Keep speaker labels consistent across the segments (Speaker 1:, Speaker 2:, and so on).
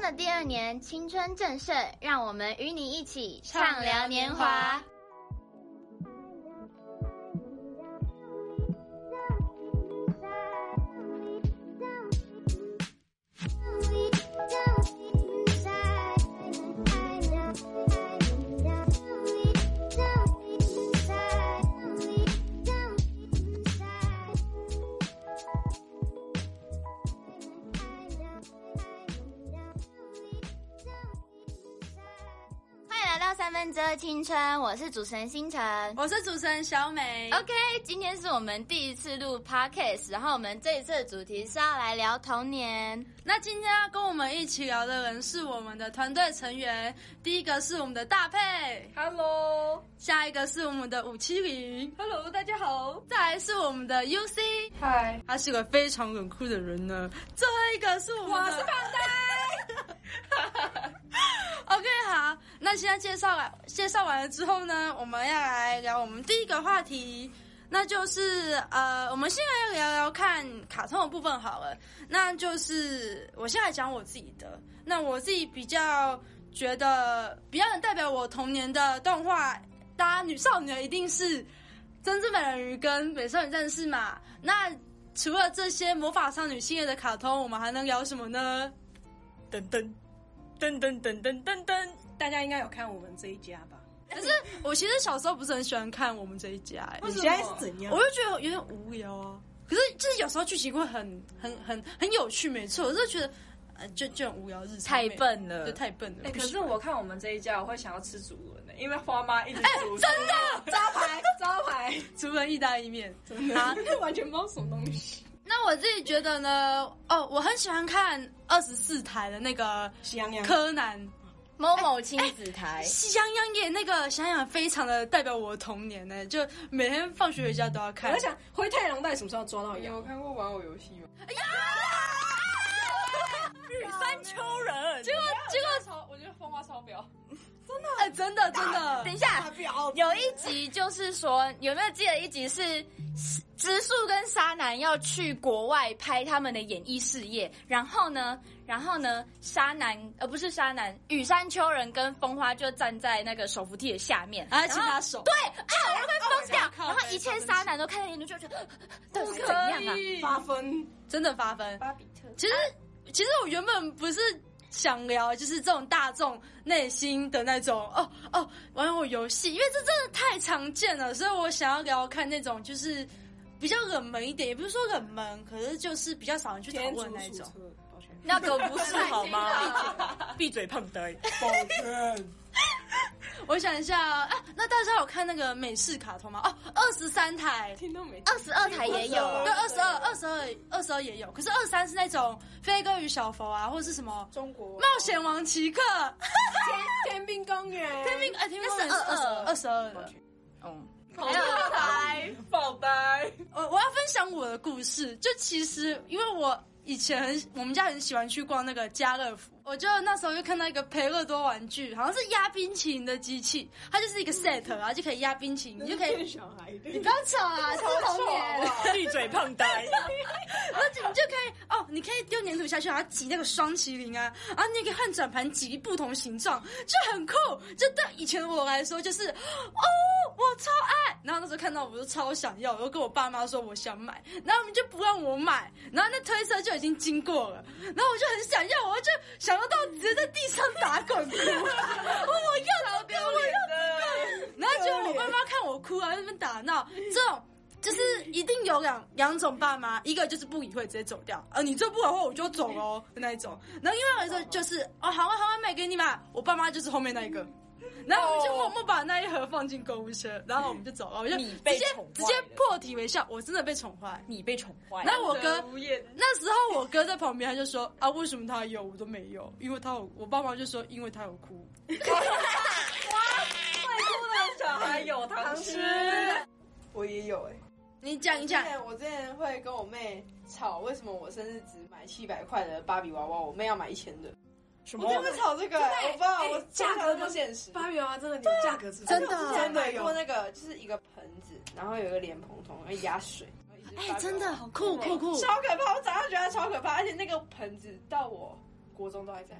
Speaker 1: 的第二年，青春正盛，让我们与你一起畅聊年华。欢迎来到三分之二青春，我是主持人星辰。
Speaker 2: 我是主持人小美。
Speaker 1: OK，今天是我们第一次录 Podcast，然后我们这一次的主题是要来聊童年。
Speaker 2: 那今天要跟我们一起聊的人是我们的团队成员，第一个是我们的大佩，
Speaker 3: Hello，Hello，
Speaker 2: 下一个是我们的五七零，
Speaker 3: 大家好。哎
Speaker 2: 再来是我们的 UC，
Speaker 3: 嗨，
Speaker 2: 他是个非常冷酷的人呢。最后一个是我们的，我是胖呆。OK，好，那现在介绍完介绍完了之后呢，我们要来聊我们第一个话题，那就是呃，我们现在要聊聊看卡通的部分好了。那就是我先来讲我自己的，那我自己比较觉得比较能代表我童年的动画，大家女少女的一定是。真之美人鱼跟美少女战士嘛。那除了这些魔法少女系列的卡通，我们还能聊什么呢？
Speaker 3: 噔噔噔噔噔噔噔噔，大家应该有看我们这一家吧？
Speaker 2: 我其实小时候不是很喜欢看我们这一家、欸，
Speaker 3: 你现在是怎样
Speaker 2: 我？就觉得有点无聊啊。可是就是有时候剧情会很很很很有趣，没错，我就觉得呃就就很无聊，日常
Speaker 4: 太，笨
Speaker 2: 就
Speaker 4: 了，
Speaker 2: 太笨了。
Speaker 3: 哎、
Speaker 2: 不
Speaker 3: 可
Speaker 2: 喜
Speaker 3: 是
Speaker 2: 欢
Speaker 3: 我看我们这一家，我会想要吃主文呢、因为花妈一直煮、 真的招 牌招牌，
Speaker 2: 除了意大利面，
Speaker 3: 啊，完全不知道什么东西。
Speaker 2: 那我自己觉得呢，哦，我很喜欢看二十四台的那个
Speaker 3: 喜羊羊
Speaker 2: 柯南，
Speaker 1: 某某亲子 台，
Speaker 2: 喜羊羊也那个想想非常的代表我的童年呢、就每天放学回家都要看。
Speaker 3: 我想灰太狼到底什么时候抓到哎羊？
Speaker 5: 有看过玩偶游戏吗？
Speaker 4: 日翻秋人。
Speaker 2: 结果结果
Speaker 5: 超，我觉得风花超标。
Speaker 2: 哎、真的真的
Speaker 3: 啊
Speaker 1: 等，一下，有一集就是说，有没有记得一集是植树跟沙男要去国外拍他们的演艺事业？然后呢，然后呢，沙男呃不是沙男，羽山丘人跟风花就站在那个手扶梯的下面，
Speaker 2: 然后牵他手，
Speaker 1: 对，啊，我都快疯掉。
Speaker 2: 哎靠
Speaker 1: 然后一切沙男都看在眼里，就觉得 呃到底是怎样啊？
Speaker 3: 八分
Speaker 2: 真的发疯。
Speaker 3: 巴比特，
Speaker 2: 其实其实我原本不是想聊，就是这种大众内心的那种哦哦玩偶游戏，因为这真的太常见了，所以我想要聊看那种就是比较冷门一点，也不是说冷门，可是就是比较少人去讨
Speaker 3: 天竺
Speaker 2: 论那
Speaker 3: 鼠
Speaker 2: 种。
Speaker 3: 车，抱歉，
Speaker 4: 那个不是好吗？闭嘴，胖呆！
Speaker 3: 抱歉，
Speaker 2: 我想一下啊，啊那大家有看那个美式卡通吗？哦，二十三台。
Speaker 3: 听都没听。
Speaker 1: 二十二台也有，
Speaker 2: 对，二十二、二十二、二十二也有，可是二三是那种飞哥与小佛啊，或者是什么
Speaker 3: 中国
Speaker 2: 冒险王奇克、
Speaker 3: 天兵公园，
Speaker 2: 天命哎，天命
Speaker 1: 那是
Speaker 2: 二十
Speaker 1: 22
Speaker 2: 二、二十二了。
Speaker 4: 嗯，
Speaker 1: 还有
Speaker 3: 爆 呆，
Speaker 2: 我我要分享我的故事，就其实因为我以前很我们家很喜欢去逛那个家乐福，我就那时候就看到一个培乐多玩具，好像是压冰淇淋的机器，它就是一个 set，然后就可以压冰淇淋，你就可 以。
Speaker 3: 小孩的，
Speaker 2: 你不要吵啊，是童年，
Speaker 4: 闭嘴，胖 呆！
Speaker 2: 然后就你就可以哦，你可以丢粘土下去，然后挤那个双麒麟啊，然后你也可以换转盘挤不同形状，就很酷。就对以前的我来说，就是哦，我超爱。然后那时候看到我就超想要，我就跟我爸妈说我想买，然后他们就不让我买，然后那推车就已经经过了，然后我就很想要，我就想要到直接在地上打滚哭，我要老哥，我要然后结果我爸妈看我哭啊，在那边打闹，这种就是一定有两两种爸妈，一个就是不理会直接走掉，呃，你这不玩的话我就走喽的那一种，然后另外一个就是哦，好啊好啊，买给你嘛，我爸妈就是后面那一个。然后我们就默默把那一盒放进购物车，然后我们就走了。我就
Speaker 4: 你
Speaker 2: 直
Speaker 4: 被
Speaker 2: 接
Speaker 4: 宠坏
Speaker 2: 直接
Speaker 4: 了
Speaker 2: 破涕为笑，我真的被宠坏。
Speaker 4: 你被宠坏了。
Speaker 2: 然后我哥
Speaker 3: 无言
Speaker 2: 那时候我哥在旁边，他就说啊，为什么他有我都没有？因为他有，我爸妈就说因为他有哭。
Speaker 3: 小孩有糖吃，
Speaker 5: 我也有哎、欸，
Speaker 2: 你讲一
Speaker 5: 之
Speaker 2: 讲，
Speaker 5: 前我之前会跟我妹吵，为什么我生日只买七百块的芭比娃娃，我妹要买一千的。
Speaker 4: 什
Speaker 5: 我真的吵这个、欸，我不知道，我
Speaker 3: 价格
Speaker 5: 非常不现实。
Speaker 3: 芭比娃娃真的有价格是
Speaker 2: 真的啊
Speaker 5: 之前
Speaker 3: 真的
Speaker 5: 买
Speaker 3: 有
Speaker 5: 过。那个，就是一个盆子，然后有一个莲蓬头，然后压水。然后一只芭比娃
Speaker 2: 哎，
Speaker 5: 娃
Speaker 2: 真的好酷酷酷！
Speaker 5: 超可怕！我早上觉得它超可怕，而且那个盆子到我国中都还在。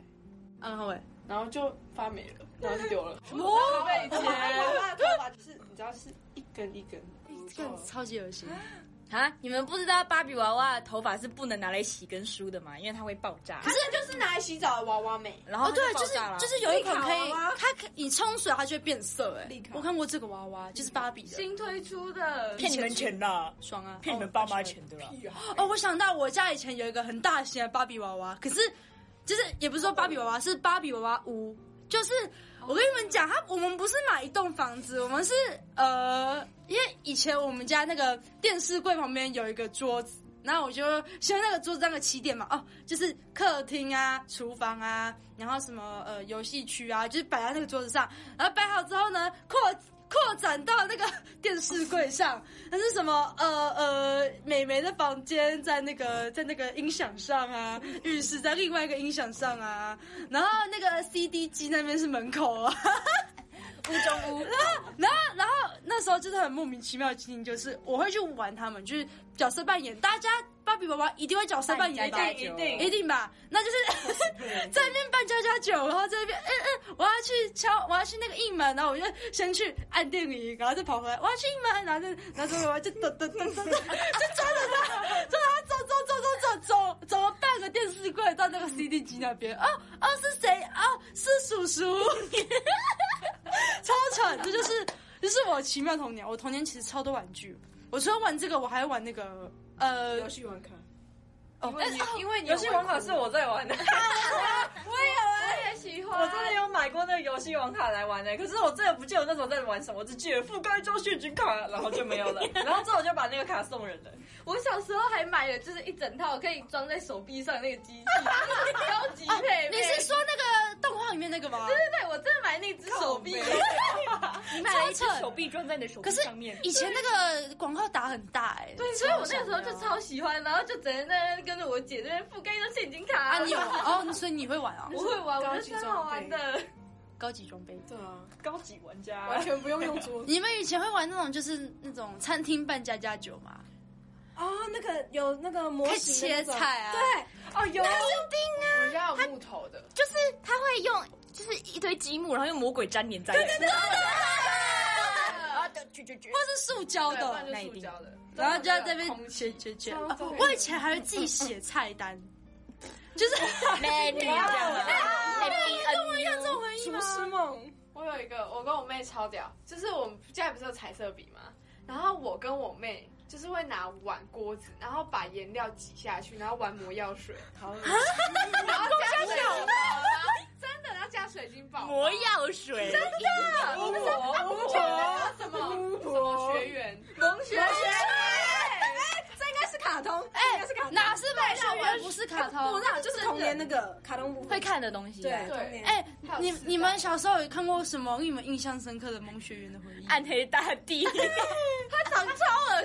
Speaker 2: 啊，然后哎，
Speaker 5: 然后就发霉了，然后就丢了。
Speaker 2: 哇，
Speaker 5: 被剪， 他的头发就是你知道是一根一根，
Speaker 2: 这个超级恶心。
Speaker 4: 啊！你们不知道芭比娃娃的头发是不能拿来洗跟梳的嘛，因为它会爆炸。
Speaker 5: 是就是拿来洗澡的娃娃美。
Speaker 4: 然后
Speaker 2: 哦，
Speaker 4: 啊它就
Speaker 2: 对，
Speaker 4: 爆
Speaker 2: 就是
Speaker 4: 炸了
Speaker 2: 就是有一款可以
Speaker 3: 丽卡娃娃，
Speaker 2: 它可你冲水它就会变色哎
Speaker 3: 丽。卡
Speaker 2: 我看过这个娃娃，就是芭比的，
Speaker 3: 新推出的
Speaker 4: 骗你们钱啦，
Speaker 2: 爽啊！
Speaker 4: 骗你们
Speaker 2: 哦
Speaker 4: 爸妈钱对吧？
Speaker 2: 哦，我想到我家以前有一个很大型的芭比娃娃，可是就是也不是说芭比娃娃，是芭比娃娃屋。就是我跟你们讲，他我们不是买一栋房子，我们是呃，因为以前我们家那个电视柜旁边有一个桌子，然后我就希望那个桌子当个起点嘛，哦，就是客厅啊、厨房啊，然后什么呃游戏区啊，就是摆在那个桌子上，然后摆好之后呢，扩。扩展到那个电视柜上， 那是什么？呃呃，美眉的房间在那个在那个音响上啊，浴室在另外一个音响上啊，然后那个 CD 机那边是门口啊， 屋中屋。然后然后然后那时候就是很莫名其妙的经历，就是我会去玩他们，就是角色扮演，大家芭比娃娃一定会角色扮演吧。
Speaker 3: 一定一定
Speaker 2: 一定吧？那就是在那边办家家酒，然后在那边，嗯嗯，我要去敲，我要去那个应门，然后我就先去按电铃，然后再跑回来，我要去应门，然后就然后就我就噔噔噔噔噔，就抓着他，抓着他走走走走走走，走了半个电视柜到那个 CD 机那边，哦哦是谁？哦是叔叔，超蠢，这就是这是我奇妙童年，我童年其实超多玩具，我除了玩这个，我还玩那个呃哦哎
Speaker 5: 游戏玩卡，
Speaker 3: 因为你因为你游戏王卡是我在玩的，
Speaker 1: 我也喜欢
Speaker 3: 我真的有买过那个游戏王卡来玩欸的，可是我真的不记得我那时候在玩什么，我只记得覆盖装陷阱卡，然后就没有了。然后之后我就把那个卡送人了。
Speaker 6: 我小时候还买了，就是一整套可以装在手臂上的那个机器，就是超级配备。
Speaker 2: 你是说那个动画里面那个吗？
Speaker 6: 对对，我真的买那只手臂，
Speaker 4: 你买了一只手臂装在你的手臂上面，
Speaker 2: 以前那个广告打很大哎、对
Speaker 6: 所以我那个时候就超喜欢，然后就整天在那边跟着我姐这边覆盖一张陷阱卡。
Speaker 2: 啊，你有哦，所以你会玩哦，
Speaker 6: 我会玩，我觉得超好玩的。
Speaker 2: 高级装备。
Speaker 5: 对啊，
Speaker 3: 高级玩家，
Speaker 5: 完全不用用桌子
Speaker 2: 你们以前会玩那种就是那种餐厅办家家酒吗？
Speaker 6: 哦
Speaker 4: 啊，那个有那个模
Speaker 2: 可以切菜啊，
Speaker 3: 哦有
Speaker 5: 我们家有木头的，
Speaker 1: 就是他会用就是一堆积木，然后
Speaker 4: 还有魔鬼粘黏在一起，
Speaker 2: 或是塑胶
Speaker 5: 对，不然
Speaker 2: 的，
Speaker 5: 就塑胶的，
Speaker 2: 然后就在这边切切切。
Speaker 5: 空气
Speaker 2: 哦我以前还会自己写菜单，就是
Speaker 1: 美女这样
Speaker 5: 哇
Speaker 4: 啊
Speaker 1: 跟我一样
Speaker 2: 这种回忆吗？
Speaker 5: 梦。我有一个，我跟我妹超屌，就是我们家里不是有彩色笔吗？然后我跟我妹就是会拿碗锅子，然后把颜料挤下去，然后玩磨药水，好恶心然后加
Speaker 6: 啊
Speaker 5: 水晶宝，真的，然后加水晶 宝，
Speaker 4: 魔药水，
Speaker 7: 哦
Speaker 5: 我们
Speaker 3: 巫
Speaker 5: 叫什么什么学员，
Speaker 3: 萌学哎
Speaker 2: 哪是美少女，不是卡通？
Speaker 4: 那就是童年那个卡通
Speaker 1: 会看的东西，
Speaker 4: 对
Speaker 3: 啊
Speaker 5: 对
Speaker 2: 哎、
Speaker 5: 还有
Speaker 2: 你
Speaker 5: 吃的
Speaker 2: 你们小时候有看过什么令你们印象深刻的萌学园的回忆？
Speaker 4: 暗黑大 地，
Speaker 5: 我之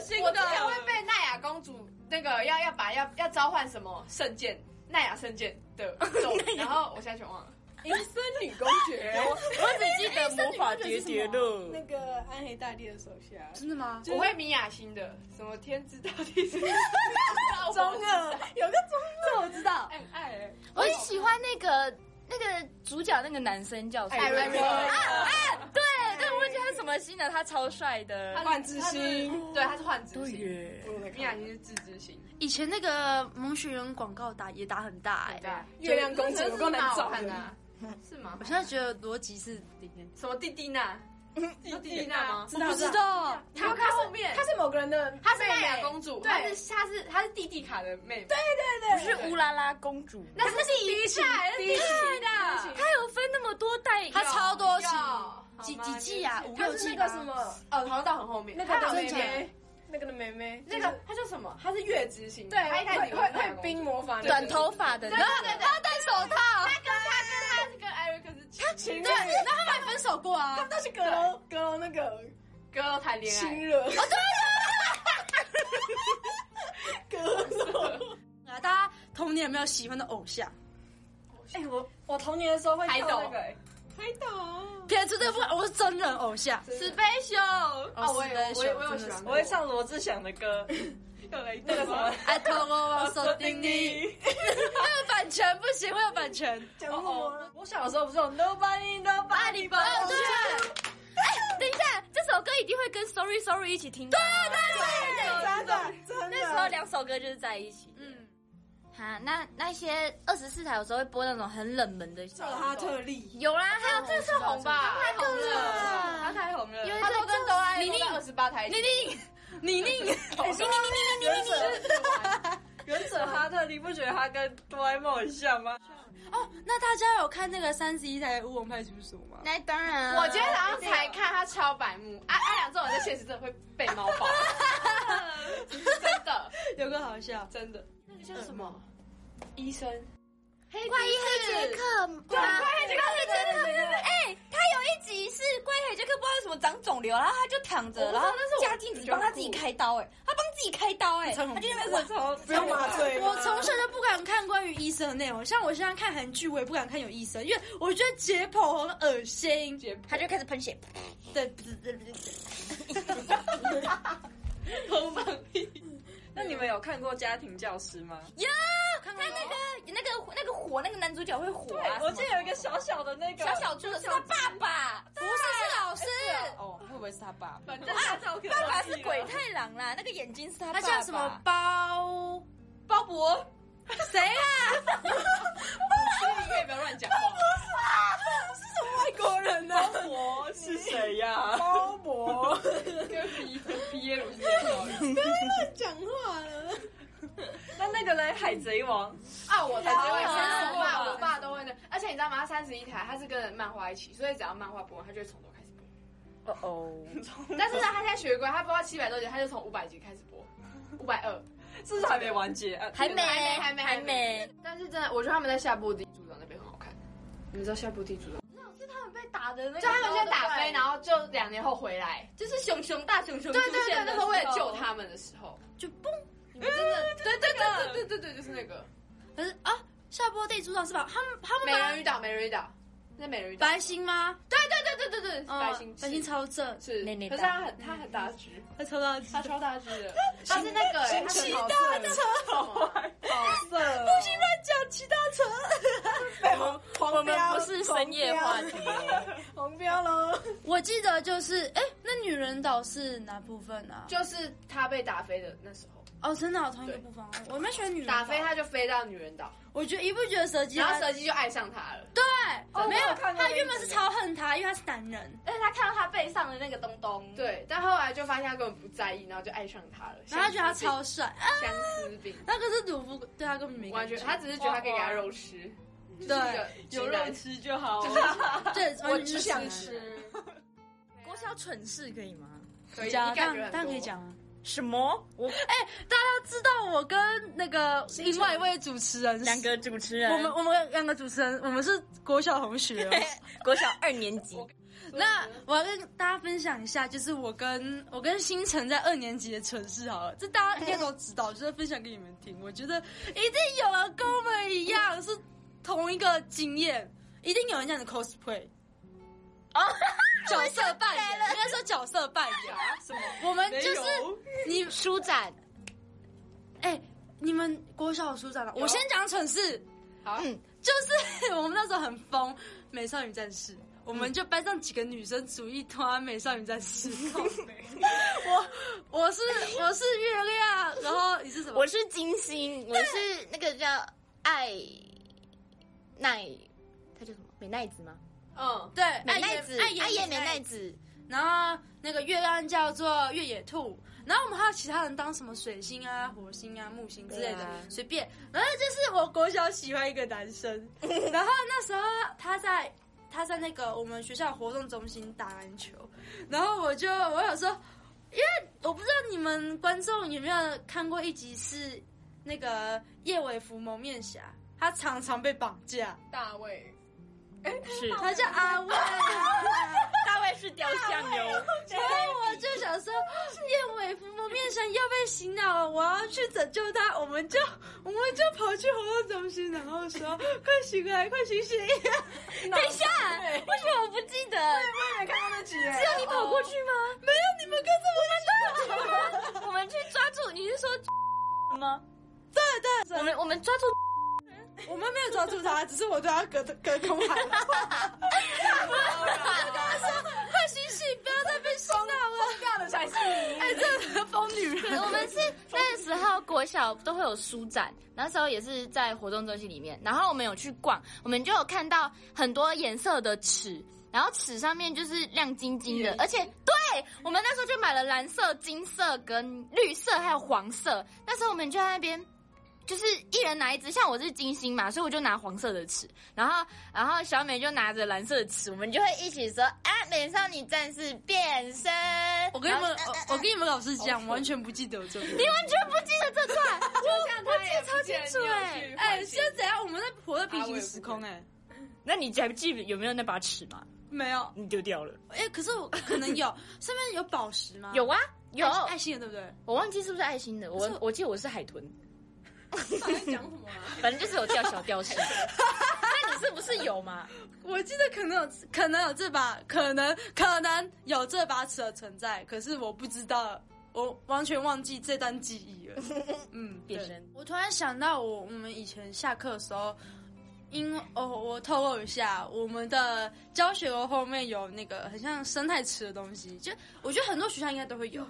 Speaker 5: 前会被奈亚公主那个要要把要要召唤什么圣剑，奈亚圣剑 的咒，然后我现在全忘了。
Speaker 7: 银森女公爵，
Speaker 4: 我只记得魔法叠叠乐
Speaker 7: 那个暗黑大帝的手下，
Speaker 2: 真的吗？
Speaker 5: 我会米雅星的，什么天知道地 知道，
Speaker 7: 中二有个中二，我知道，
Speaker 5: 很爱欸
Speaker 1: 我很喜欢那个那个主角那个男生叫什么？
Speaker 5: 艾瑞瑞
Speaker 1: 啊啊！对，但我忘记他什么星了，他超帅的。
Speaker 7: 万智星，
Speaker 5: 对，他是幻之
Speaker 4: 对
Speaker 5: 星，
Speaker 4: 耶，
Speaker 5: 米雅星是自知星，
Speaker 2: 以前那个萌学园广告打也打很大哎、
Speaker 5: 对啊，
Speaker 7: 月亮公主有够难找
Speaker 5: 看的
Speaker 7: 的，
Speaker 5: 啊，是吗
Speaker 2: 我？现在觉得逻辑是零元，
Speaker 5: 什么蒂蒂娜？蒂蒂娜吗？
Speaker 7: 知道
Speaker 2: 不知，道
Speaker 5: 你有看后面
Speaker 7: 她，是某个人的，
Speaker 5: 她是奈亚公主，
Speaker 7: 对
Speaker 5: 她是她是她是蒂蒂卡的妹妹，对，
Speaker 7: 对
Speaker 4: 不是乌拉拉公主，
Speaker 5: 那是蒂蒂卡，那是蒂蒂娜，
Speaker 1: 他有分那么多代，
Speaker 2: 它超多集
Speaker 5: 要
Speaker 2: 几
Speaker 5: 好吗
Speaker 2: 几季啊？五
Speaker 7: 她
Speaker 2: 六
Speaker 7: 是那
Speaker 2: 季
Speaker 7: 个
Speaker 2: 吗
Speaker 7: 什么，
Speaker 5: 哦，好像到很后面，
Speaker 7: 那
Speaker 5: 她
Speaker 7: 个
Speaker 5: 到
Speaker 7: 的
Speaker 5: 那
Speaker 7: 妹
Speaker 2: 真假
Speaker 5: 边。
Speaker 7: 妹，那个的妹妹，
Speaker 5: 那个他叫什么？他是月之星，
Speaker 7: 对
Speaker 5: 他一开
Speaker 7: 会
Speaker 5: 始
Speaker 7: 会会冰魔法，
Speaker 1: 短头发的，然后他戴手套，
Speaker 5: 他跟艾瑞克是情
Speaker 7: 情
Speaker 2: 对，
Speaker 7: 人，
Speaker 2: 那他们还分手过啊？
Speaker 7: 都是阁楼阁楼那个
Speaker 5: 哥要谈恋爱，嗯
Speaker 7: 亲热，哦
Speaker 2: 啊
Speaker 7: 对，阁楼。
Speaker 2: 啊，大家童年有没有喜欢的偶像？
Speaker 7: 哎、我我童年的时候会
Speaker 5: 海
Speaker 7: 跳
Speaker 5: 斗
Speaker 7: 那个、欸，
Speaker 2: 撇除这部分，我是真人偶像。
Speaker 5: 哦，我也有我也我有喜欢过，
Speaker 3: 我会唱罗志祥的歌，
Speaker 5: 又来一
Speaker 3: 那个什么，
Speaker 2: I don't want
Speaker 3: 说
Speaker 2: something new。版权不行，会有版权。
Speaker 3: 讲
Speaker 1: 啊
Speaker 3: 什么？我小的时候不是有 Nobody Nobody 吗？
Speaker 1: 等一下，这首歌一定会跟 Sorry Sorry 一起听到。对对
Speaker 7: 真的真的。
Speaker 1: 那时候两首歌就是在一起。嗯，哈，那那些二十四台有时候会播那种很冷门的。
Speaker 7: 特哈特利，
Speaker 1: 有啦，还有这
Speaker 5: 这是红吧？太红
Speaker 7: 了
Speaker 1: 啊
Speaker 5: 他太红了。
Speaker 1: 有一
Speaker 5: 他
Speaker 1: 首
Speaker 5: 都跟哆啦 A
Speaker 1: 妮妮
Speaker 5: 梦二十八台一起
Speaker 1: 妮妮，
Speaker 2: 你宁
Speaker 3: 原者原者哈特，你不觉得他跟哆啦 A 梦很像吗？
Speaker 2: 哦，那大家有看那个三十一台乌龙派出所吗？
Speaker 1: 那当然啊
Speaker 5: 我今天早上才看他超白目，啊阿阿良这种人在现实真的会被猫 爆，真的
Speaker 2: 有个好笑，
Speaker 5: 真的。那个叫什么医生？黑
Speaker 1: 怪医黑杰克吗？对，啊
Speaker 5: 黑杰克
Speaker 1: 克，哎，他有一集是怪医黑杰克，不知道为什么长肿瘤，然后他就躺着，然后家境只帮他自己开刀，哎，他帮自己开刀，哎，他就在那个
Speaker 7: 不用麻醉。
Speaker 2: 我从小就不敢看关于医生的内容，像我现在看韩剧，我也不敢看有医生，因为我觉得解剖很恶心。解
Speaker 1: 他就开始喷血，
Speaker 2: 对对对对对，
Speaker 3: 那你们有看过《家庭教师》吗？
Speaker 1: 他那个那个那个火，那个男主角会火啊，
Speaker 3: 我记得有一个小小的那个
Speaker 1: 小小猪的是他爸爸，不是是老师，
Speaker 7: 哦，会不会是他爸？
Speaker 5: 反正他照片
Speaker 1: 爸爸是鬼太郎啦，那个眼睛是他爸
Speaker 2: 他
Speaker 1: 爸，
Speaker 2: 叫什么包包勃？谁啊？
Speaker 5: 你可以不要乱讲话。
Speaker 7: 外国人呢？
Speaker 3: 啊博是谁呀？
Speaker 7: 包勃，
Speaker 5: 毕业不是这样的
Speaker 7: 讲话了。
Speaker 3: 那那个嘞，《海贼王》
Speaker 5: 啊！我才会
Speaker 1: 好
Speaker 5: 生
Speaker 1: 啊
Speaker 5: 我爸，我爸都会那，而且你知道吗？他三十一台，他是跟漫画一起，所以只要漫画播完，他就会从头开始播。
Speaker 4: 哦哦，
Speaker 5: 但是呢，他现在学乖，他播到七百多集，他就从五百集开始播，五百二。
Speaker 3: 是不是还没完结？啊
Speaker 1: 还没
Speaker 5: 还没
Speaker 1: 还
Speaker 5: 还
Speaker 1: 没
Speaker 5: 没，但是真的，我觉得他们在下部地组长那边很好看。你们知道下部地组长？
Speaker 6: 被打的那个，
Speaker 5: 就他们先打飞，然后就两年后回来。
Speaker 6: 就是熊熊大熊熊
Speaker 5: 对
Speaker 6: 出
Speaker 5: 对对
Speaker 6: 现，
Speaker 5: 那
Speaker 6: 的
Speaker 5: 时候为了
Speaker 6: 时
Speaker 5: 救
Speaker 6: 候，
Speaker 5: 他们的时候，嗯
Speaker 2: 就嘣。
Speaker 5: 你们真的对对对对对对，就是那个
Speaker 2: 可是啊，下播地主长是吧？他们他们
Speaker 5: 美
Speaker 2: 把
Speaker 5: 人鱼岛，美人鱼岛，那美人鱼岛，
Speaker 2: 白星吗？
Speaker 5: 对对对对对对，
Speaker 2: 嗯
Speaker 5: 白星
Speaker 2: 白星超正，
Speaker 5: 是，
Speaker 1: 内内
Speaker 5: 可是
Speaker 1: 岛
Speaker 5: 他很他很大只，
Speaker 2: 他超大只
Speaker 5: 他。超大只的， 他是那个欸他是好色的，好
Speaker 7: 色，不行，
Speaker 2: 叫其他车，
Speaker 7: 被黄
Speaker 1: 我们不是深夜话题，
Speaker 7: 红标喽。
Speaker 2: 我记得就是，哎、那女人岛是哪部分啊？
Speaker 5: 就是他被打飞的那时候，
Speaker 2: 哦，真的、哦，同一个部分哦。我蛮喜欢女人岛
Speaker 5: 打飞，他就飞到女人岛，
Speaker 2: 我觉得一不觉得蛇姬
Speaker 5: 然
Speaker 2: 还，
Speaker 5: 后蛇姬就爱上他了，
Speaker 2: 对，没
Speaker 3: 我
Speaker 2: 有
Speaker 3: 有看过
Speaker 2: 他
Speaker 3: 那一
Speaker 2: 原本是
Speaker 3: 集
Speaker 2: 超恨他，因为他是男人。
Speaker 6: 而且他看到他背上的那个东东，，
Speaker 5: 对，但后来就发现他根本不在意，然后就爱上他了，
Speaker 2: 然后他觉得他超帅，啊
Speaker 5: 相思病，
Speaker 2: 那可是鲁夫对他根本没
Speaker 5: 完
Speaker 2: 感
Speaker 5: 全
Speaker 2: 觉，
Speaker 5: 他只是觉得他可以给他肉吃，
Speaker 2: 对，
Speaker 5: 有
Speaker 3: 肉
Speaker 5: 吃，
Speaker 3: 吃就好。
Speaker 2: 对，
Speaker 7: 我
Speaker 2: 完全
Speaker 7: 只
Speaker 2: 是
Speaker 7: 想
Speaker 2: 直男
Speaker 7: 吃。
Speaker 4: 郭晓蠢事可以吗？
Speaker 5: 可以，
Speaker 2: 讲啊，
Speaker 5: 你感
Speaker 2: 当
Speaker 5: 觉很
Speaker 2: 然当然
Speaker 5: 多
Speaker 2: 可以。讲啊。
Speaker 4: 什么？我
Speaker 2: 他知道我跟那个另外一位主持人是
Speaker 4: 两，个主持人，
Speaker 2: 我们我们两个主持人，我们是国小同学哦。
Speaker 4: 国小二年级，
Speaker 2: 那我要跟大家分享一下，就是我跟我跟星辰在二年级的城市好了，这大家应该都知道，就是分享给你们听。我觉得一定有人跟我们一样是同一个经验，一定有人这样子 cosplay。角哦 色扮演，应该说角色扮演。啊
Speaker 3: 什么？
Speaker 2: 我们
Speaker 3: 没
Speaker 2: 就是
Speaker 3: 有。
Speaker 2: 你书展，哎、你们国小有书展吗？我先讲蠢事，
Speaker 5: 好
Speaker 2: 嗯，就是 我们那时候很疯《美少女战士》，我们就班上几个女生组一团《美少女战 士》我我是我是月亮，然后你是什么？
Speaker 1: 我是金星，我是那个叫爱奈，他叫什么？美奈子吗？
Speaker 5: 嗯，
Speaker 2: 对，
Speaker 1: 美
Speaker 2: 爱
Speaker 1: 奈
Speaker 2: 野
Speaker 1: 子，
Speaker 2: 爱野
Speaker 1: 爱野美
Speaker 2: 美
Speaker 1: 奈
Speaker 2: 奈
Speaker 1: 子，
Speaker 2: 然后那个月亮叫做越野兔，然后我们还有其他人当什么水星啊、火星啊、木星之类的，
Speaker 1: 对啊
Speaker 2: 随便。然后就是我国小喜欢一个男 生，然后那时候他在他在那个我们学校活动中心打篮球，然后我就我想说，因为我不知道你们观众有没有看过一集是那个叶伟福蒙面侠，他常常被绑架，
Speaker 5: 大卫，
Speaker 4: 是
Speaker 2: 他叫阿伟。
Speaker 4: 大卫是雕像哟。
Speaker 2: 然后我就想说，燕尾服蒙面神要被洗脑了，我要去拯救他。我们就我们就跑去活动中心，然后说：“快醒来，快醒醒！”
Speaker 1: 等一下，为什么我不记得？
Speaker 7: 没看到那集耶，
Speaker 2: 啊
Speaker 1: 只有你跑过去吗？
Speaker 2: 没有，你们跟着
Speaker 1: 我们去抓住，你是说
Speaker 4: 吗？对对，我们我们抓住
Speaker 2: 我们没有抓住他，只是我对他隔隔空喊。我就跟他说：“快醒醒，不要再被洗脑了。
Speaker 3: 尬的才是你。”
Speaker 2: 哎，这个疯女 人，
Speaker 1: 我们是那时候国小都会有书展，那时候也是在活动中心里面，然后我们有去逛，我们就有看到很多颜色的尺，然后尺上面就是亮晶晶的，而且对我们那时候就买了蓝色、金色跟绿色还有黄色，那时候我们就在那边。就是一人拿一只，像我是金星嘛，所以我就拿黄色的尺，然后然后小美就拿着蓝色的尺，我们就会一起说啊，美少女战士变身。
Speaker 2: 我跟你们，我我跟你们老师讲，完全不记得这个。
Speaker 1: 你完全不记得这段，
Speaker 5: 就像他也超清
Speaker 1: 楚哎
Speaker 2: 哎，现在怎样？我们在活在平
Speaker 3: 啊我
Speaker 2: 行
Speaker 3: 也不
Speaker 2: 时空哎，
Speaker 4: 那你还记得有没有那把尺吗？
Speaker 2: 没有
Speaker 4: 你丢掉了。
Speaker 2: 哎，可是我可能有，上面有宝石吗？
Speaker 4: 有啊，
Speaker 1: 有，
Speaker 2: 爱爱心的，对不对？
Speaker 1: 我忘记是不是爱心的，我
Speaker 4: 我我记得我是海豚，
Speaker 5: 讲什么啊？
Speaker 4: 反正就是有钓小钓虾。那你是不是有嘛？
Speaker 2: 我记得可能有，可能有这把，可能可能有这把尺的存在，可是我不知道，我完全忘记这段记忆了。嗯，
Speaker 4: 变
Speaker 2: 对
Speaker 4: 身
Speaker 2: 我突然想到我，我们以前下课的时候，因为哦，我透露一下，我们的教学楼后面有那个很像生态池的东西，就我觉得很多学校应该都会有。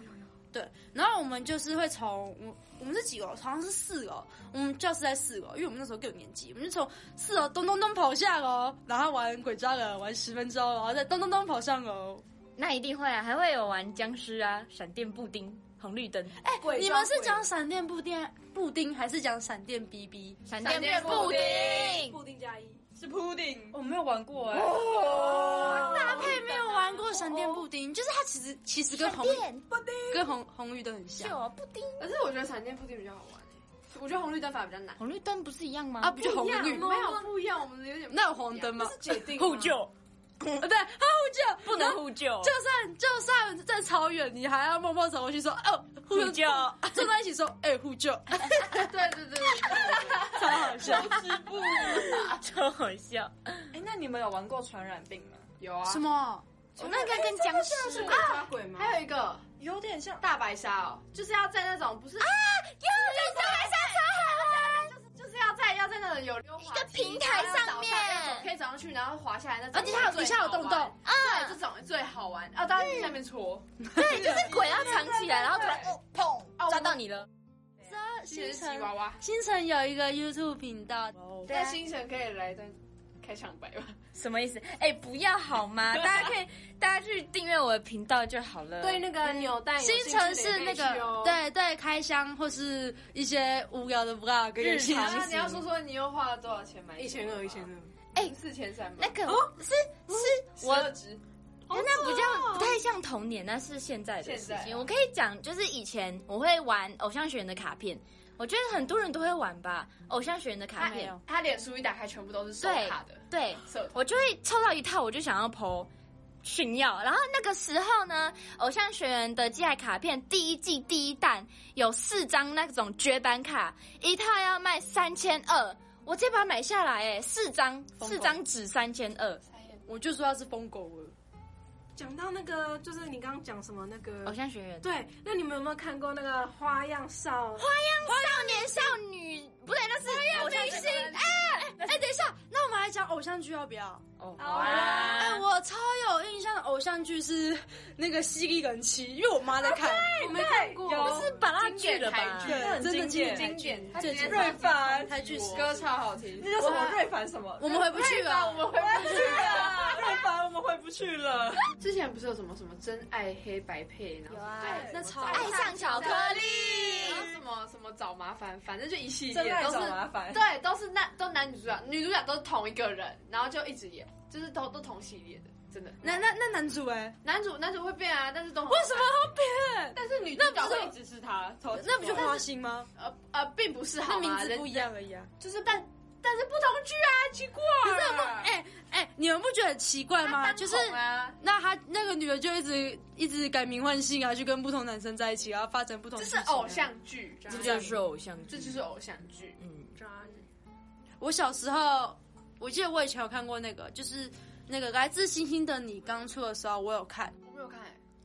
Speaker 2: 对，然后我们就是会从我我们是几楼？好像是四楼，我们教室在四楼，因为我们那时候更有年级，我们就从四楼咚咚咚跑下楼，然后玩鬼抓人玩十分钟，然后再咚咚咚跑上楼。
Speaker 4: 那一定会啊，还会有玩僵尸啊、闪电布丁、红绿灯。
Speaker 2: 哎、
Speaker 3: 鬼抓鬼
Speaker 2: 你们是讲闪电布丁布丁，还是讲闪电 BB？
Speaker 1: 闪电
Speaker 5: 闪电
Speaker 1: 布
Speaker 5: 布
Speaker 1: 丁
Speaker 5: 丁，
Speaker 7: 固定加一，
Speaker 3: 是 pudding，我没有玩过哎。
Speaker 2: 搭配没有玩过闪电布丁，就是它其实其实跟红跟红红绿灯很像
Speaker 1: 就布丁，
Speaker 5: 可是我觉得闪电布丁比较好玩欸我觉得红绿灯反而比较难。
Speaker 1: 红绿灯不是一样吗？
Speaker 2: 啊，不就红绿
Speaker 5: 没有不一样，我们有点
Speaker 2: 那有红灯吗？
Speaker 3: 决定
Speaker 4: 互救，
Speaker 2: 啊，对，啊，呼救
Speaker 4: 不能。互 救，
Speaker 2: 就算就算在超远，你还要默默走过去说哦，呼
Speaker 4: 互救，
Speaker 2: 坐在一起说哎呼救，
Speaker 5: 对对对对对，
Speaker 2: 超好笑。
Speaker 4: 超好笑。
Speaker 3: 哎，那你们有玩过传染病吗？
Speaker 5: 有啊。
Speaker 2: 什？么？
Speaker 1: 那应该跟僵尸啊，
Speaker 7: 啊，鬼吗？
Speaker 5: 还有一个
Speaker 3: 有点像
Speaker 5: 大白鲨哦，就是要在那种不是啊，有有大白鲨超好玩，就是就是要在要在那种有溜滑
Speaker 1: 一个平台上面
Speaker 5: 可以走上去，然后滑下来那种，
Speaker 2: 而且它有底下有洞洞，
Speaker 5: 啊，对，这种最好玩啊，大家在下面搓，
Speaker 1: 对，就是鬼要藏起来，然后突然哦砰抓到你了，
Speaker 5: 其实吉娃娃，
Speaker 2: 新城有一个 YouTube 频道，
Speaker 1: 对
Speaker 5: 在
Speaker 1: 啊
Speaker 5: 星辰可以来一段开场白吧，
Speaker 4: 什么意思？哎、不要好吗？大家可以，大家去订阅我的频道就好了。
Speaker 5: 对那个扭蛋有兴
Speaker 2: 新
Speaker 5: 趣的
Speaker 2: 城
Speaker 5: 也可以
Speaker 2: 是
Speaker 5: 去哦，
Speaker 2: 那个对对开箱或是一些无聊的 vlog 有兴
Speaker 5: 好。
Speaker 2: 趣
Speaker 5: 那你要说说你又花了多少钱买？
Speaker 7: 一千二，一千，二。
Speaker 5: 哎，四千三吗？
Speaker 1: 那个
Speaker 5: 哦
Speaker 1: 是是我
Speaker 5: 我值
Speaker 1: 但那不叫不太像童年，那是现在的
Speaker 5: 哦现
Speaker 1: 事
Speaker 5: 在
Speaker 1: 情。
Speaker 5: 啊
Speaker 1: 我可以讲，就是以前我会玩偶像学院的卡片，我觉得很多人都会玩吧，偶像学院的卡片。
Speaker 5: 他脸书一打开，全部都是收
Speaker 1: 对
Speaker 5: 卡的
Speaker 1: 对，
Speaker 5: 社团。
Speaker 1: 我就会抽到一套，我就想要剖炫耀。啊然后那个时候呢，《偶像学员》的寄来卡片第一季第一弹有四张那种绝版卡，一套要卖三千二，我这把买下来、哎，四张，
Speaker 2: 疯狂
Speaker 1: 四张纸三千二。
Speaker 2: 我就说他是疯狗了。
Speaker 7: 讲到那个，就是你刚刚讲什么那
Speaker 1: 偶
Speaker 2: 哦
Speaker 7: 个？
Speaker 1: 像学员，
Speaker 7: 对，那你们有没有看过那个《花样少女》？
Speaker 1: 少年少女不对，那是偶像明星。
Speaker 2: 哎、等一下，那我们来讲偶像剧要不要？
Speaker 4: 哦，
Speaker 5: 好啊
Speaker 2: 哎、我超有印象的偶像剧是那个《犀利人妻》，因为我妈在
Speaker 7: 哦
Speaker 2: 看，我没看过。
Speaker 3: 有
Speaker 4: 是把它
Speaker 5: 经
Speaker 4: 拒
Speaker 5: 典
Speaker 4: 了
Speaker 5: 台
Speaker 4: 吧
Speaker 5: 剧？
Speaker 2: 对，真的
Speaker 3: 经典
Speaker 5: 经典，他
Speaker 2: 最
Speaker 5: 直接
Speaker 2: 经
Speaker 3: 瑞
Speaker 2: 典
Speaker 3: 凡，
Speaker 2: 台剧
Speaker 7: 啊
Speaker 2: 十
Speaker 5: 歌超好听，
Speaker 3: 那叫什么瑞凡什么？
Speaker 2: 我们回不去了，
Speaker 5: 我们回不去了。
Speaker 3: 瑞凡，我们回不去了。
Speaker 5: 之前不是有什么什么真爱黑白配，
Speaker 7: 啊
Speaker 5: 然后
Speaker 2: 对那超
Speaker 1: 爱上巧克力，
Speaker 5: 然后什么什么找麻烦，反正就一系
Speaker 3: 真
Speaker 5: 列
Speaker 3: 爱
Speaker 5: 都是
Speaker 3: 找麻烦。
Speaker 5: 对，都是男都男女主角，女主角都是同一个人，然后就一直演，就是都都同系列的，真的。
Speaker 2: 那那那男主哎、
Speaker 5: 男主男主会变啊，但是都为
Speaker 2: 为什么？要变？
Speaker 5: 但是女主角会一直是他，超级
Speaker 2: 那不就
Speaker 5: 怪
Speaker 2: 花心吗？
Speaker 5: 呃呃，并不是
Speaker 2: 那
Speaker 5: 好
Speaker 2: 名
Speaker 5: 吗？
Speaker 2: 字不
Speaker 5: 人
Speaker 2: 一样而已啊。
Speaker 5: 就是但但是不同剧啊，奇怪。
Speaker 2: 哎哎、你们不觉得很奇怪
Speaker 5: 他
Speaker 2: 吗？
Speaker 5: 单
Speaker 2: 就是
Speaker 5: 孔啊，
Speaker 2: 那他那个女的就一直一直改名换姓啊，去跟不同男生在一起啊，发展不同、
Speaker 5: 这
Speaker 2: 啊。
Speaker 5: 是偶。像剧，这
Speaker 4: 这就是偶像剧，
Speaker 5: 这就是偶像剧。
Speaker 4: 嗯，
Speaker 2: 我小时候，我记得我以前有看过那个，就是那个《来自星星的你》刚出的时候，我有看。
Speaker 5: 我没有看，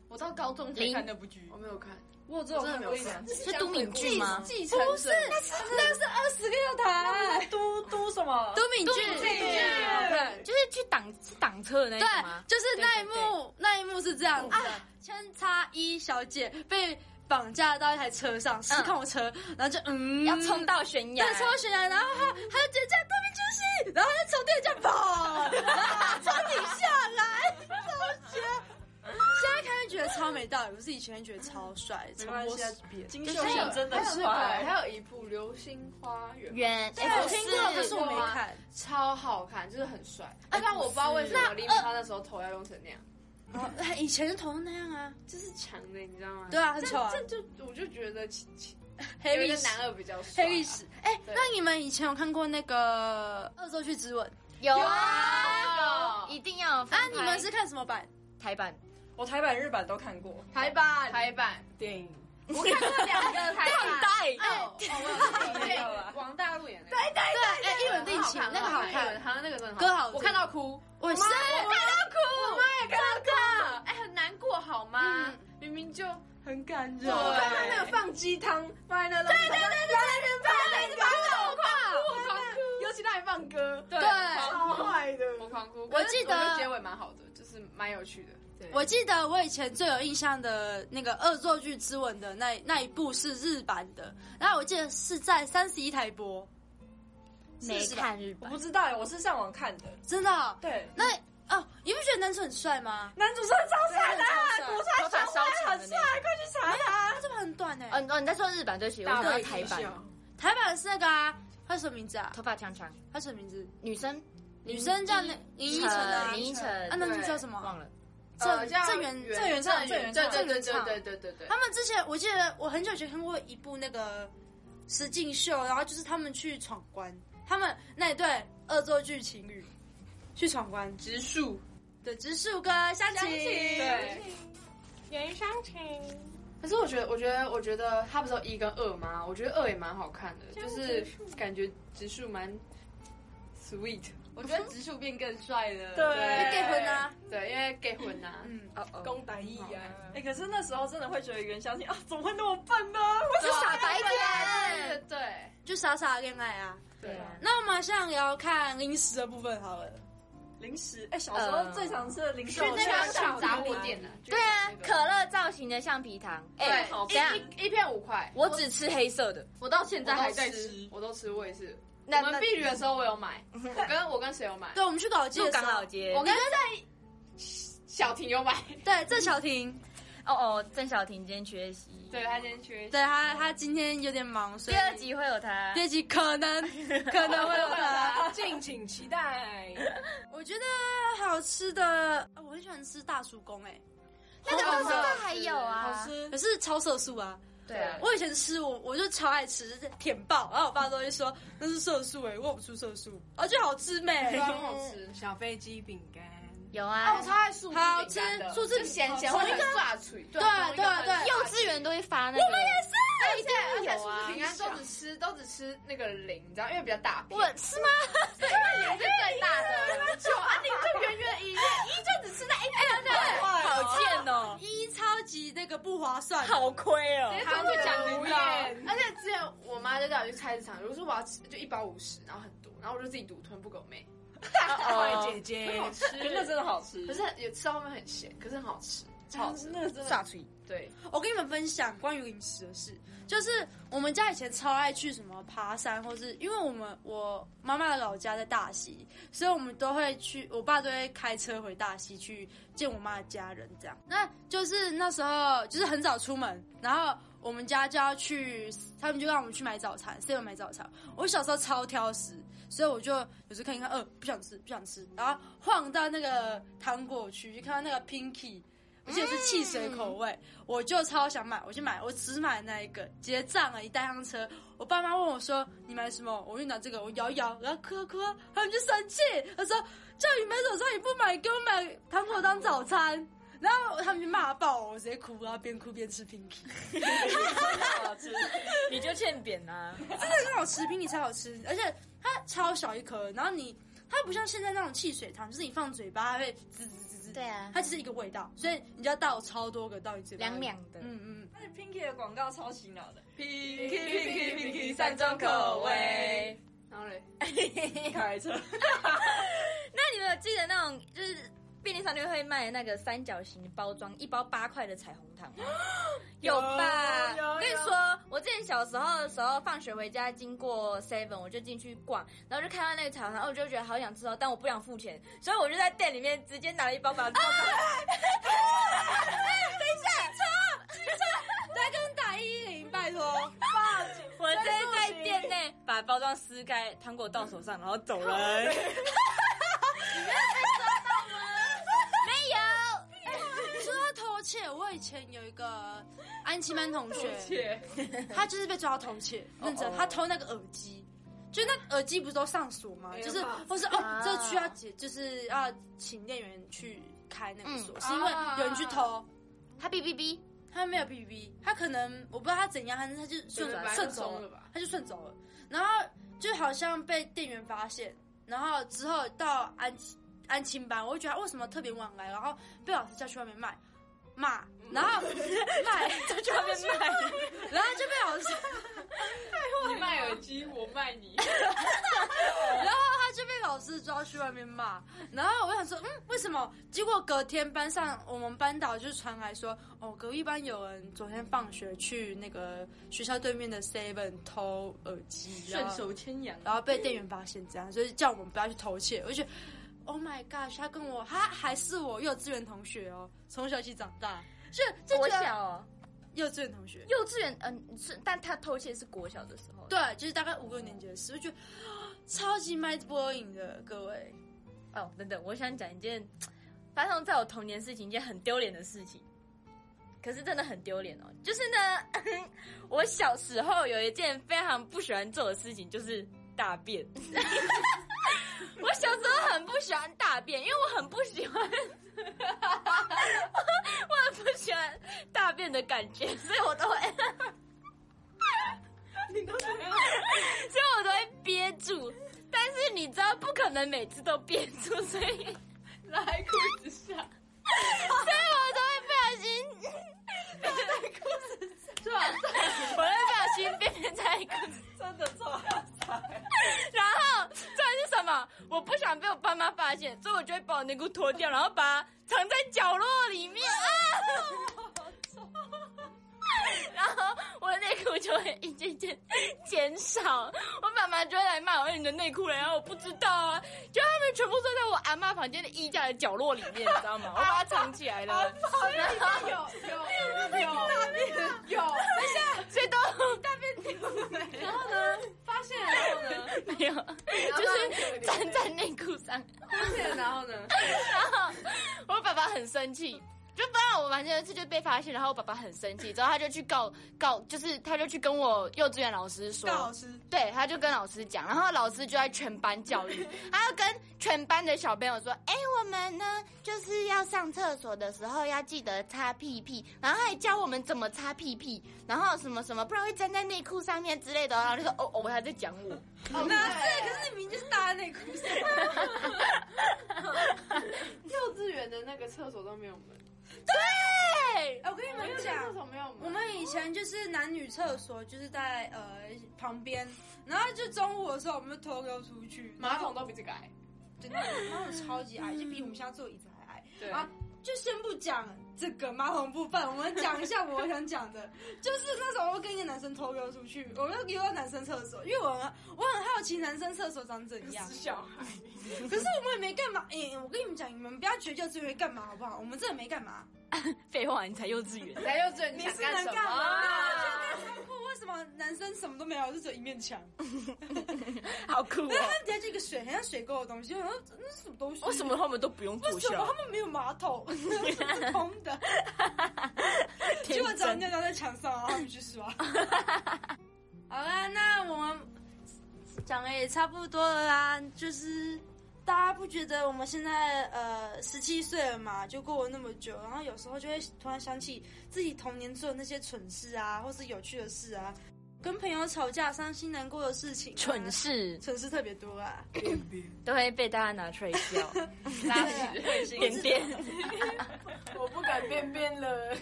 Speaker 5: 我到高中才
Speaker 1: 林
Speaker 5: 看的，
Speaker 3: 那部剧
Speaker 5: 我没有看。
Speaker 3: 我有这种没有看，
Speaker 1: 是都敏俊吗？
Speaker 5: 继承不是，那是
Speaker 3: 都都什么？
Speaker 1: 都敏俊，
Speaker 3: 好看
Speaker 1: 就是去挡是挡车的那
Speaker 2: 对
Speaker 1: 个吗？，
Speaker 2: 就是那一幕，那一幕是这样啊，千叉一小姐被绑架到一台车上，失控车，然后就嗯，
Speaker 1: 要冲到悬崖
Speaker 2: 对，，冲到悬啊崖，然后她她就尖叫对不起，然后她就从地上跑，然后她从底下来，超绝。现在看就觉得超没道理，我是以前觉得超帅，
Speaker 3: 没
Speaker 2: 超
Speaker 3: 关
Speaker 2: 波
Speaker 3: 系啊
Speaker 2: 斯别，
Speaker 3: 金秀贤真的
Speaker 5: 还有那个
Speaker 3: 帅，
Speaker 5: 还有一部《流星花园》，
Speaker 1: 圆，
Speaker 2: 对，哎我听过，可是我没看。
Speaker 5: 超好看，就是很帅。一般我不知道为什么李敏啊钊那呃时候头要用成那样，
Speaker 2: 哦，哎以前的头那样啊，
Speaker 5: 就是强的，你知道吗？
Speaker 2: 对啊，很
Speaker 5: 这
Speaker 2: 丑啊，
Speaker 5: 这就我就觉得其 其
Speaker 2: 黑
Speaker 5: 觉
Speaker 2: 历
Speaker 5: 得
Speaker 2: 史，
Speaker 5: 男二比较帅啊。
Speaker 2: 黑历史。哎、
Speaker 5: 对
Speaker 2: 那你们以前有看过那个《恶作剧之吻》
Speaker 1: 有
Speaker 5: 啊
Speaker 1: 啊，
Speaker 5: 哦
Speaker 1: 一定要
Speaker 2: 啊？你们是看什么版？
Speaker 1: 台版，
Speaker 3: 我台版、日版都看过
Speaker 5: 台版台 版，
Speaker 3: 电影。
Speaker 5: 我看过两个台版。 哦，
Speaker 3: 没
Speaker 5: 对
Speaker 3: 有啊，
Speaker 5: 王大陆演的，对对，
Speaker 2: 哎、一吻定情，那个好
Speaker 5: 好
Speaker 2: 看，
Speaker 5: 像那个真的好看
Speaker 2: 歌好听
Speaker 5: 我看到哭，
Speaker 2: 我是
Speaker 5: 我妈也看到哭，哎，嗯很难过好吗？明明就
Speaker 3: 很感人。
Speaker 5: 我看
Speaker 3: 他那个放鸡汤放在那，对对对对，
Speaker 5: 我狂哭，
Speaker 3: 尤其他还放歌，
Speaker 5: 对
Speaker 3: 超坏的。
Speaker 5: 我狂哭。
Speaker 2: 我记得
Speaker 5: 可是我结尾蛮好的，就是蛮有趣的。
Speaker 2: 我记得我以前最有印象的那个《恶作剧之吻》的那那一部是日版的，然后我记得是在三十一台播，
Speaker 1: 没看日
Speaker 3: 我
Speaker 1: 版
Speaker 3: 不，知道哎，我是上网看的。
Speaker 2: 真的哦、
Speaker 3: 对，
Speaker 2: 那哦，你不觉得男主很帅吗？
Speaker 3: 男主真的超帅的，古
Speaker 4: 头发烧
Speaker 3: 他
Speaker 4: 成
Speaker 3: 很
Speaker 4: 的
Speaker 3: 帅
Speaker 4: 那，
Speaker 3: 快去查他。
Speaker 2: 哎他这么很短哎、
Speaker 1: 哦哦，你在说日版对不起，我说台版，
Speaker 2: 台版是那个啊，他什么名字啊？
Speaker 1: 头发长长，
Speaker 2: 他什么名字？
Speaker 1: 女生
Speaker 2: 女生叫林依晨啊，
Speaker 1: 林依晨
Speaker 2: 啊，男主叫什么？
Speaker 1: 忘了，
Speaker 2: 郑
Speaker 5: 呃叫
Speaker 2: 郑元
Speaker 5: 袁
Speaker 2: 郑元畅，
Speaker 3: 郑
Speaker 2: 郑
Speaker 3: 元
Speaker 2: 元畅，
Speaker 3: 畅
Speaker 5: 对
Speaker 2: 郑元
Speaker 5: 对对
Speaker 2: 畅。
Speaker 5: 对对对对。
Speaker 2: 他们之前我记得我很久以前看过一部那个实境秀，然后就是他们去闯关，他们那一对恶作剧情侣去闯关，
Speaker 3: 植树，
Speaker 2: 对，植树跟湘琴，
Speaker 3: 对，
Speaker 5: 可是我觉得，我觉得，我觉得他不是有一跟二吗？我觉得二也蛮好看的，就是感觉植树蛮 sweet。
Speaker 6: 我觉得植树变更帅了。
Speaker 3: 对
Speaker 2: 结婚啊，
Speaker 5: 对，因为 gay 婚啊呐，
Speaker 2: 嗯，
Speaker 1: 哦哦，
Speaker 6: 公打义啊，
Speaker 3: 哎，可是那时候真的会觉得一个人相信啊，怎么会那么笨呢？
Speaker 1: 是傻白
Speaker 5: 对
Speaker 1: 甜，
Speaker 5: 对啊
Speaker 2: 就傻傻的恋爱啊。
Speaker 5: 对
Speaker 1: 啊
Speaker 2: 那我们现在也要看零食的部分好了，
Speaker 3: 零食，哎，小时候最常吃的零食，
Speaker 5: 对，去那个抢杂货店呐，
Speaker 1: 对啊，
Speaker 5: 就是那个
Speaker 1: 可乐造型的橡皮糖，哎，
Speaker 5: 对，
Speaker 1: 等一下
Speaker 5: 一一一片五块，
Speaker 1: 我只吃黑色的，
Speaker 5: 我到现在还在
Speaker 3: 我都
Speaker 5: 吃
Speaker 3: 吃，
Speaker 5: 我都吃，我也是。
Speaker 1: 那
Speaker 5: 我们
Speaker 1: 那
Speaker 5: 避旅的时候我有买，我跟我跟谁 有买？
Speaker 2: 对，我们去搞基
Speaker 1: 鹿
Speaker 2: 的时
Speaker 1: 港
Speaker 2: 候
Speaker 1: 老，街，
Speaker 5: 我跟在小婷有买，
Speaker 2: 对，郑小婷，
Speaker 1: 哦哦，郑小婷今天缺席，
Speaker 5: 对她今天 缺
Speaker 2: 对她她今天有点忙，所
Speaker 1: 第
Speaker 2: 以
Speaker 1: 二集会有他，
Speaker 2: 第二集可能可能会有她。
Speaker 6: 敬请期待。
Speaker 2: 我觉得好吃的，啊我很喜欢吃大叔公哎、
Speaker 1: 那个到现在还有啊
Speaker 3: 好，吃
Speaker 2: 可。是超色素啊！
Speaker 1: 对啊，
Speaker 2: 我以前吃我我就超爱吃，就是舔爆，然后我爸都会说那是色素哎、欸，我不出色素，而且好吃
Speaker 3: 哎
Speaker 2: 没，
Speaker 5: 很好吃。
Speaker 6: 小飞机饼干，
Speaker 1: 有
Speaker 5: 啊，
Speaker 1: 啊
Speaker 5: 我，超爱素
Speaker 2: 好
Speaker 5: 饼干的
Speaker 2: 吃素食
Speaker 5: 就
Speaker 2: 饼
Speaker 5: 咸咸会很炸脆，对
Speaker 2: 对对对
Speaker 1: 幼稚园都会发那个，我们也是，
Speaker 5: 而且而且
Speaker 1: 有
Speaker 5: 素
Speaker 1: 啊
Speaker 5: 食饼干都只吃都只吃那个零，你知道，因为比较大片，
Speaker 1: 我是吗？
Speaker 5: 零是最大 的，九啊零就圆圆一， 哎一就只吃那一根的。
Speaker 1: 好贱哦，
Speaker 2: 一超级那个不划算，
Speaker 4: 好亏哦
Speaker 5: 直接。冲去讲零的，而且之前我妈就带我去菜市场，我说我要吃就一包五十，然后很多，然后我就自己独吞不给我妹，
Speaker 6: 坏姐姐，
Speaker 3: 那真的好吃，
Speaker 5: 可是也吃到后面很咸，可是很好吃，超好吃。
Speaker 3: 那个真的
Speaker 4: 炸出
Speaker 5: 对，
Speaker 2: 我跟你们分享关于饮食的事，就是我们家以前超爱去什么爬山，或是因为我们我妈妈的老家在大溪，所以我们都会去，我爸都会开车回大溪去见我妈的家人，这样。那就是那时候就是很早出门，然后我们家就要去，他们就让我们去买早餐，谁有买早餐？我小时候超挑食，所以我就有时看一看，呃，不想吃，不想吃，然后晃到那个糖果区，就看到那个 Pinky。我记得是汽水口味，我就超想买，我去买，我只买那一个，结账了，一带上车，我爸妈问我说你买什么，我就拿这个，我摇一摇，然后磕磕，他们就生气，他说叫你买早餐你不买，给我买糖果当早餐，然后他们就骂爆我，我直接哭，然后边哭边吃 Pinky，
Speaker 3: 好吃。
Speaker 4: 你就欠扁啊！
Speaker 2: 真的很好吃，Pinky 超好吃，而且它超小一颗，然后你它不像现在那种汽水糖，就是你放嘴巴它会滋滋滋滋，
Speaker 1: 对啊，
Speaker 2: 它就是一个味道，所以你就要倒超多个到你嘴巴里，
Speaker 1: 凉凉的，
Speaker 2: 嗯嗯，
Speaker 3: 那是 Pinky 的广告超洗脑的。
Speaker 6: Pinky
Speaker 3: Pinky Pinky 三种口味，
Speaker 5: 然后嘞，
Speaker 3: 开 车。
Speaker 4: 那你们有哎记得嗯那种就是便利商店会卖的那个三角形包装，一包八块的彩虹 糖吗？有吧？
Speaker 3: 有有
Speaker 4: 我跟你说，我之前小时候的时候，放学回家经过 Seven，我就进去逛，然后就看到那个彩虹糖，哦我就觉得好想吃哦，但我不想付钱，所以我就在店里面直接拿了一包 把它。我直接在店内把包装撕开，糖果到手上，然后走人。
Speaker 2: 说到偷窃，我以前有一个安琪班同学， 他就是被抓到偷窃，认真，他偷那个耳机。就那个耳机不是都上锁吗？就是或是哦，这需要解，就是要请店员去开那个锁，是因为有人去偷，
Speaker 1: 他哔哔哔，
Speaker 2: 他没有 B B，他可能我不知道他怎样，反正他就顺
Speaker 5: 本来就
Speaker 2: 顺走
Speaker 5: 松
Speaker 2: 了
Speaker 5: 了，吧？
Speaker 2: 他就顺走了。然后就好像被店员发现，然后之后到安亲安亲班，我就觉得他为什么特别晚来，然后被老师叫去外面卖骂，然后卖就去外面卖，然后就被老师，
Speaker 5: 你卖耳机，我卖你。
Speaker 2: 然后他就被老师抓去外面骂。然后我想说，嗯，为什么？结果隔天班上我们班导就传来说，哦，隔壁班有人昨天放学去那个学校对面的 Seven 偷耳机，然后
Speaker 6: 牵羊
Speaker 2: 然后被店员发现，这样，所以叫我们不要去偷窃。我就觉得，Oh my gosh，他跟我，他还是我幼稚园同学哦，从小一起长大，是这
Speaker 4: 国
Speaker 2: 觉得
Speaker 4: 小哦，
Speaker 2: 幼稚园同学，
Speaker 4: 幼稚
Speaker 1: 呃
Speaker 4: 园，嗯、是，但他偷窃是国小的时候。，
Speaker 2: 对，就是大概五六年级的事，我觉得啊超级 mind blowing 的，各位，
Speaker 4: 哦，等等，我想讲一件发生在我童年事情，一件很丢脸的事情。可是真的很丢脸哦，就是呢， 我小时候有一件非常不喜欢做的事情，就是大便。 我小时候很不喜欢大便，因为我很不喜欢， 我很不喜欢大便的感觉，所以我都会，所以我都会憋住。但是你知道，不可能每次都憋住，所以。
Speaker 5: 拉在裤子下，
Speaker 4: 所以我都会不小心， 我会不小心便便在裤子，
Speaker 3: 真的 超
Speaker 4: 然后这是什么？我不想被我爸妈发现，所以我就会把我内裤脱掉，然后把它藏在角落里面啊。然后我的内裤就会一件一件减少，我爸妈就会来骂我哎你的内裤了，然后我不知道啊，就他们全部都在我阿妈房间的衣架的角落里面，你知道吗？我把它藏起来了，然后
Speaker 5: 有有有有，
Speaker 4: 所以都
Speaker 5: 然后呢？发现了然后呢？
Speaker 4: 没有，就是
Speaker 5: 站
Speaker 4: 粘在内裤上。
Speaker 5: 发现了然后呢？
Speaker 4: 我爸爸很生气，就不然我完全是就被发现，然后我爸爸很生气，之后他就去告告，就是他就去跟我幼稚园老师说，
Speaker 2: 大老师，
Speaker 4: 对，他就跟老师讲，然后老师就在全班 教育，他要跟全班的小朋友说，哎、我们呢就是要上厕所的时候要记得擦屁屁，然后他还教我们怎么擦屁屁，然后什么什么，不然会粘在内裤上面之类的，然后就说，哦哦，我还在讲我，
Speaker 2: 哦那是可是你明明就是大家内裤上，
Speaker 5: 幼稚园的那个厕所都没有门，
Speaker 4: 对，
Speaker 2: 哎我跟你们讲
Speaker 5: 厕。所没有门，
Speaker 2: 我们以前就是男女厕所，就是在呃旁边，然后就中午的时候我们就偷溜出去，
Speaker 5: 马桶都比这个矮。
Speaker 2: 真的，马桶超级矮，就比我们现在坐椅子还矮。
Speaker 5: 对
Speaker 2: 啊，就先不讲这个马桶部分，我们讲一下我想讲的，就是那时候我跟一个男生偷溜出去，我就溜到男生厕所，因为我很我很好奇男生厕所长怎样
Speaker 5: 死。小孩，
Speaker 2: 可是我们也没干嘛，哎、我跟你们讲，你们不要觉得幼稚园干嘛好不好？我们真的没干嘛。
Speaker 4: 废话，你才幼稚 园。
Speaker 5: 来幼稚园你想
Speaker 2: 是能
Speaker 5: 什
Speaker 2: 干嘛？
Speaker 5: 么？
Speaker 2: 对我就在看过为什么男生什么都没有，就只有一面墙，
Speaker 4: 好酷
Speaker 2: 但
Speaker 4: 哦！
Speaker 2: 他底下就一个水，很像水沟的东西，我想说那是什么东西？
Speaker 4: 为什么他们都不用
Speaker 2: 为
Speaker 4: 坐
Speaker 2: 什么
Speaker 4: 下
Speaker 2: 他？们没有马桶？ 是空的，结果找人家在墙上，然后他们去刷。 好啦，那我们讲的也差不多了啦，就是大家不觉得我们现在呃十七岁了嘛，就过了那么久，然后有时候就会突然想起自己童年做的那些蠢事啊，或是有趣的事啊，跟朋友吵架、伤心难过的事情、啊
Speaker 4: 蠢，事
Speaker 2: 蠢事特别多啊。
Speaker 4: 都会被大家拿出来 笑，
Speaker 3: 拉屎，会心
Speaker 4: 点点。
Speaker 5: 我不敢便便了。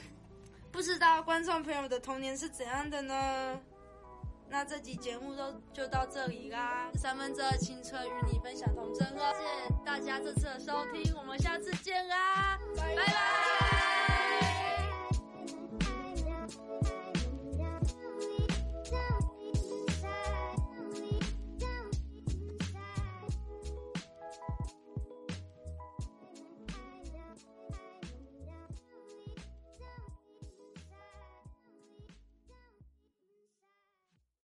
Speaker 2: 不知道观众朋友的童年是怎样的呢？那这集节目都就到这里啦，三分之二青春与你分享童真哦，谢谢大家这次的收听，我们下次见啦，拜拜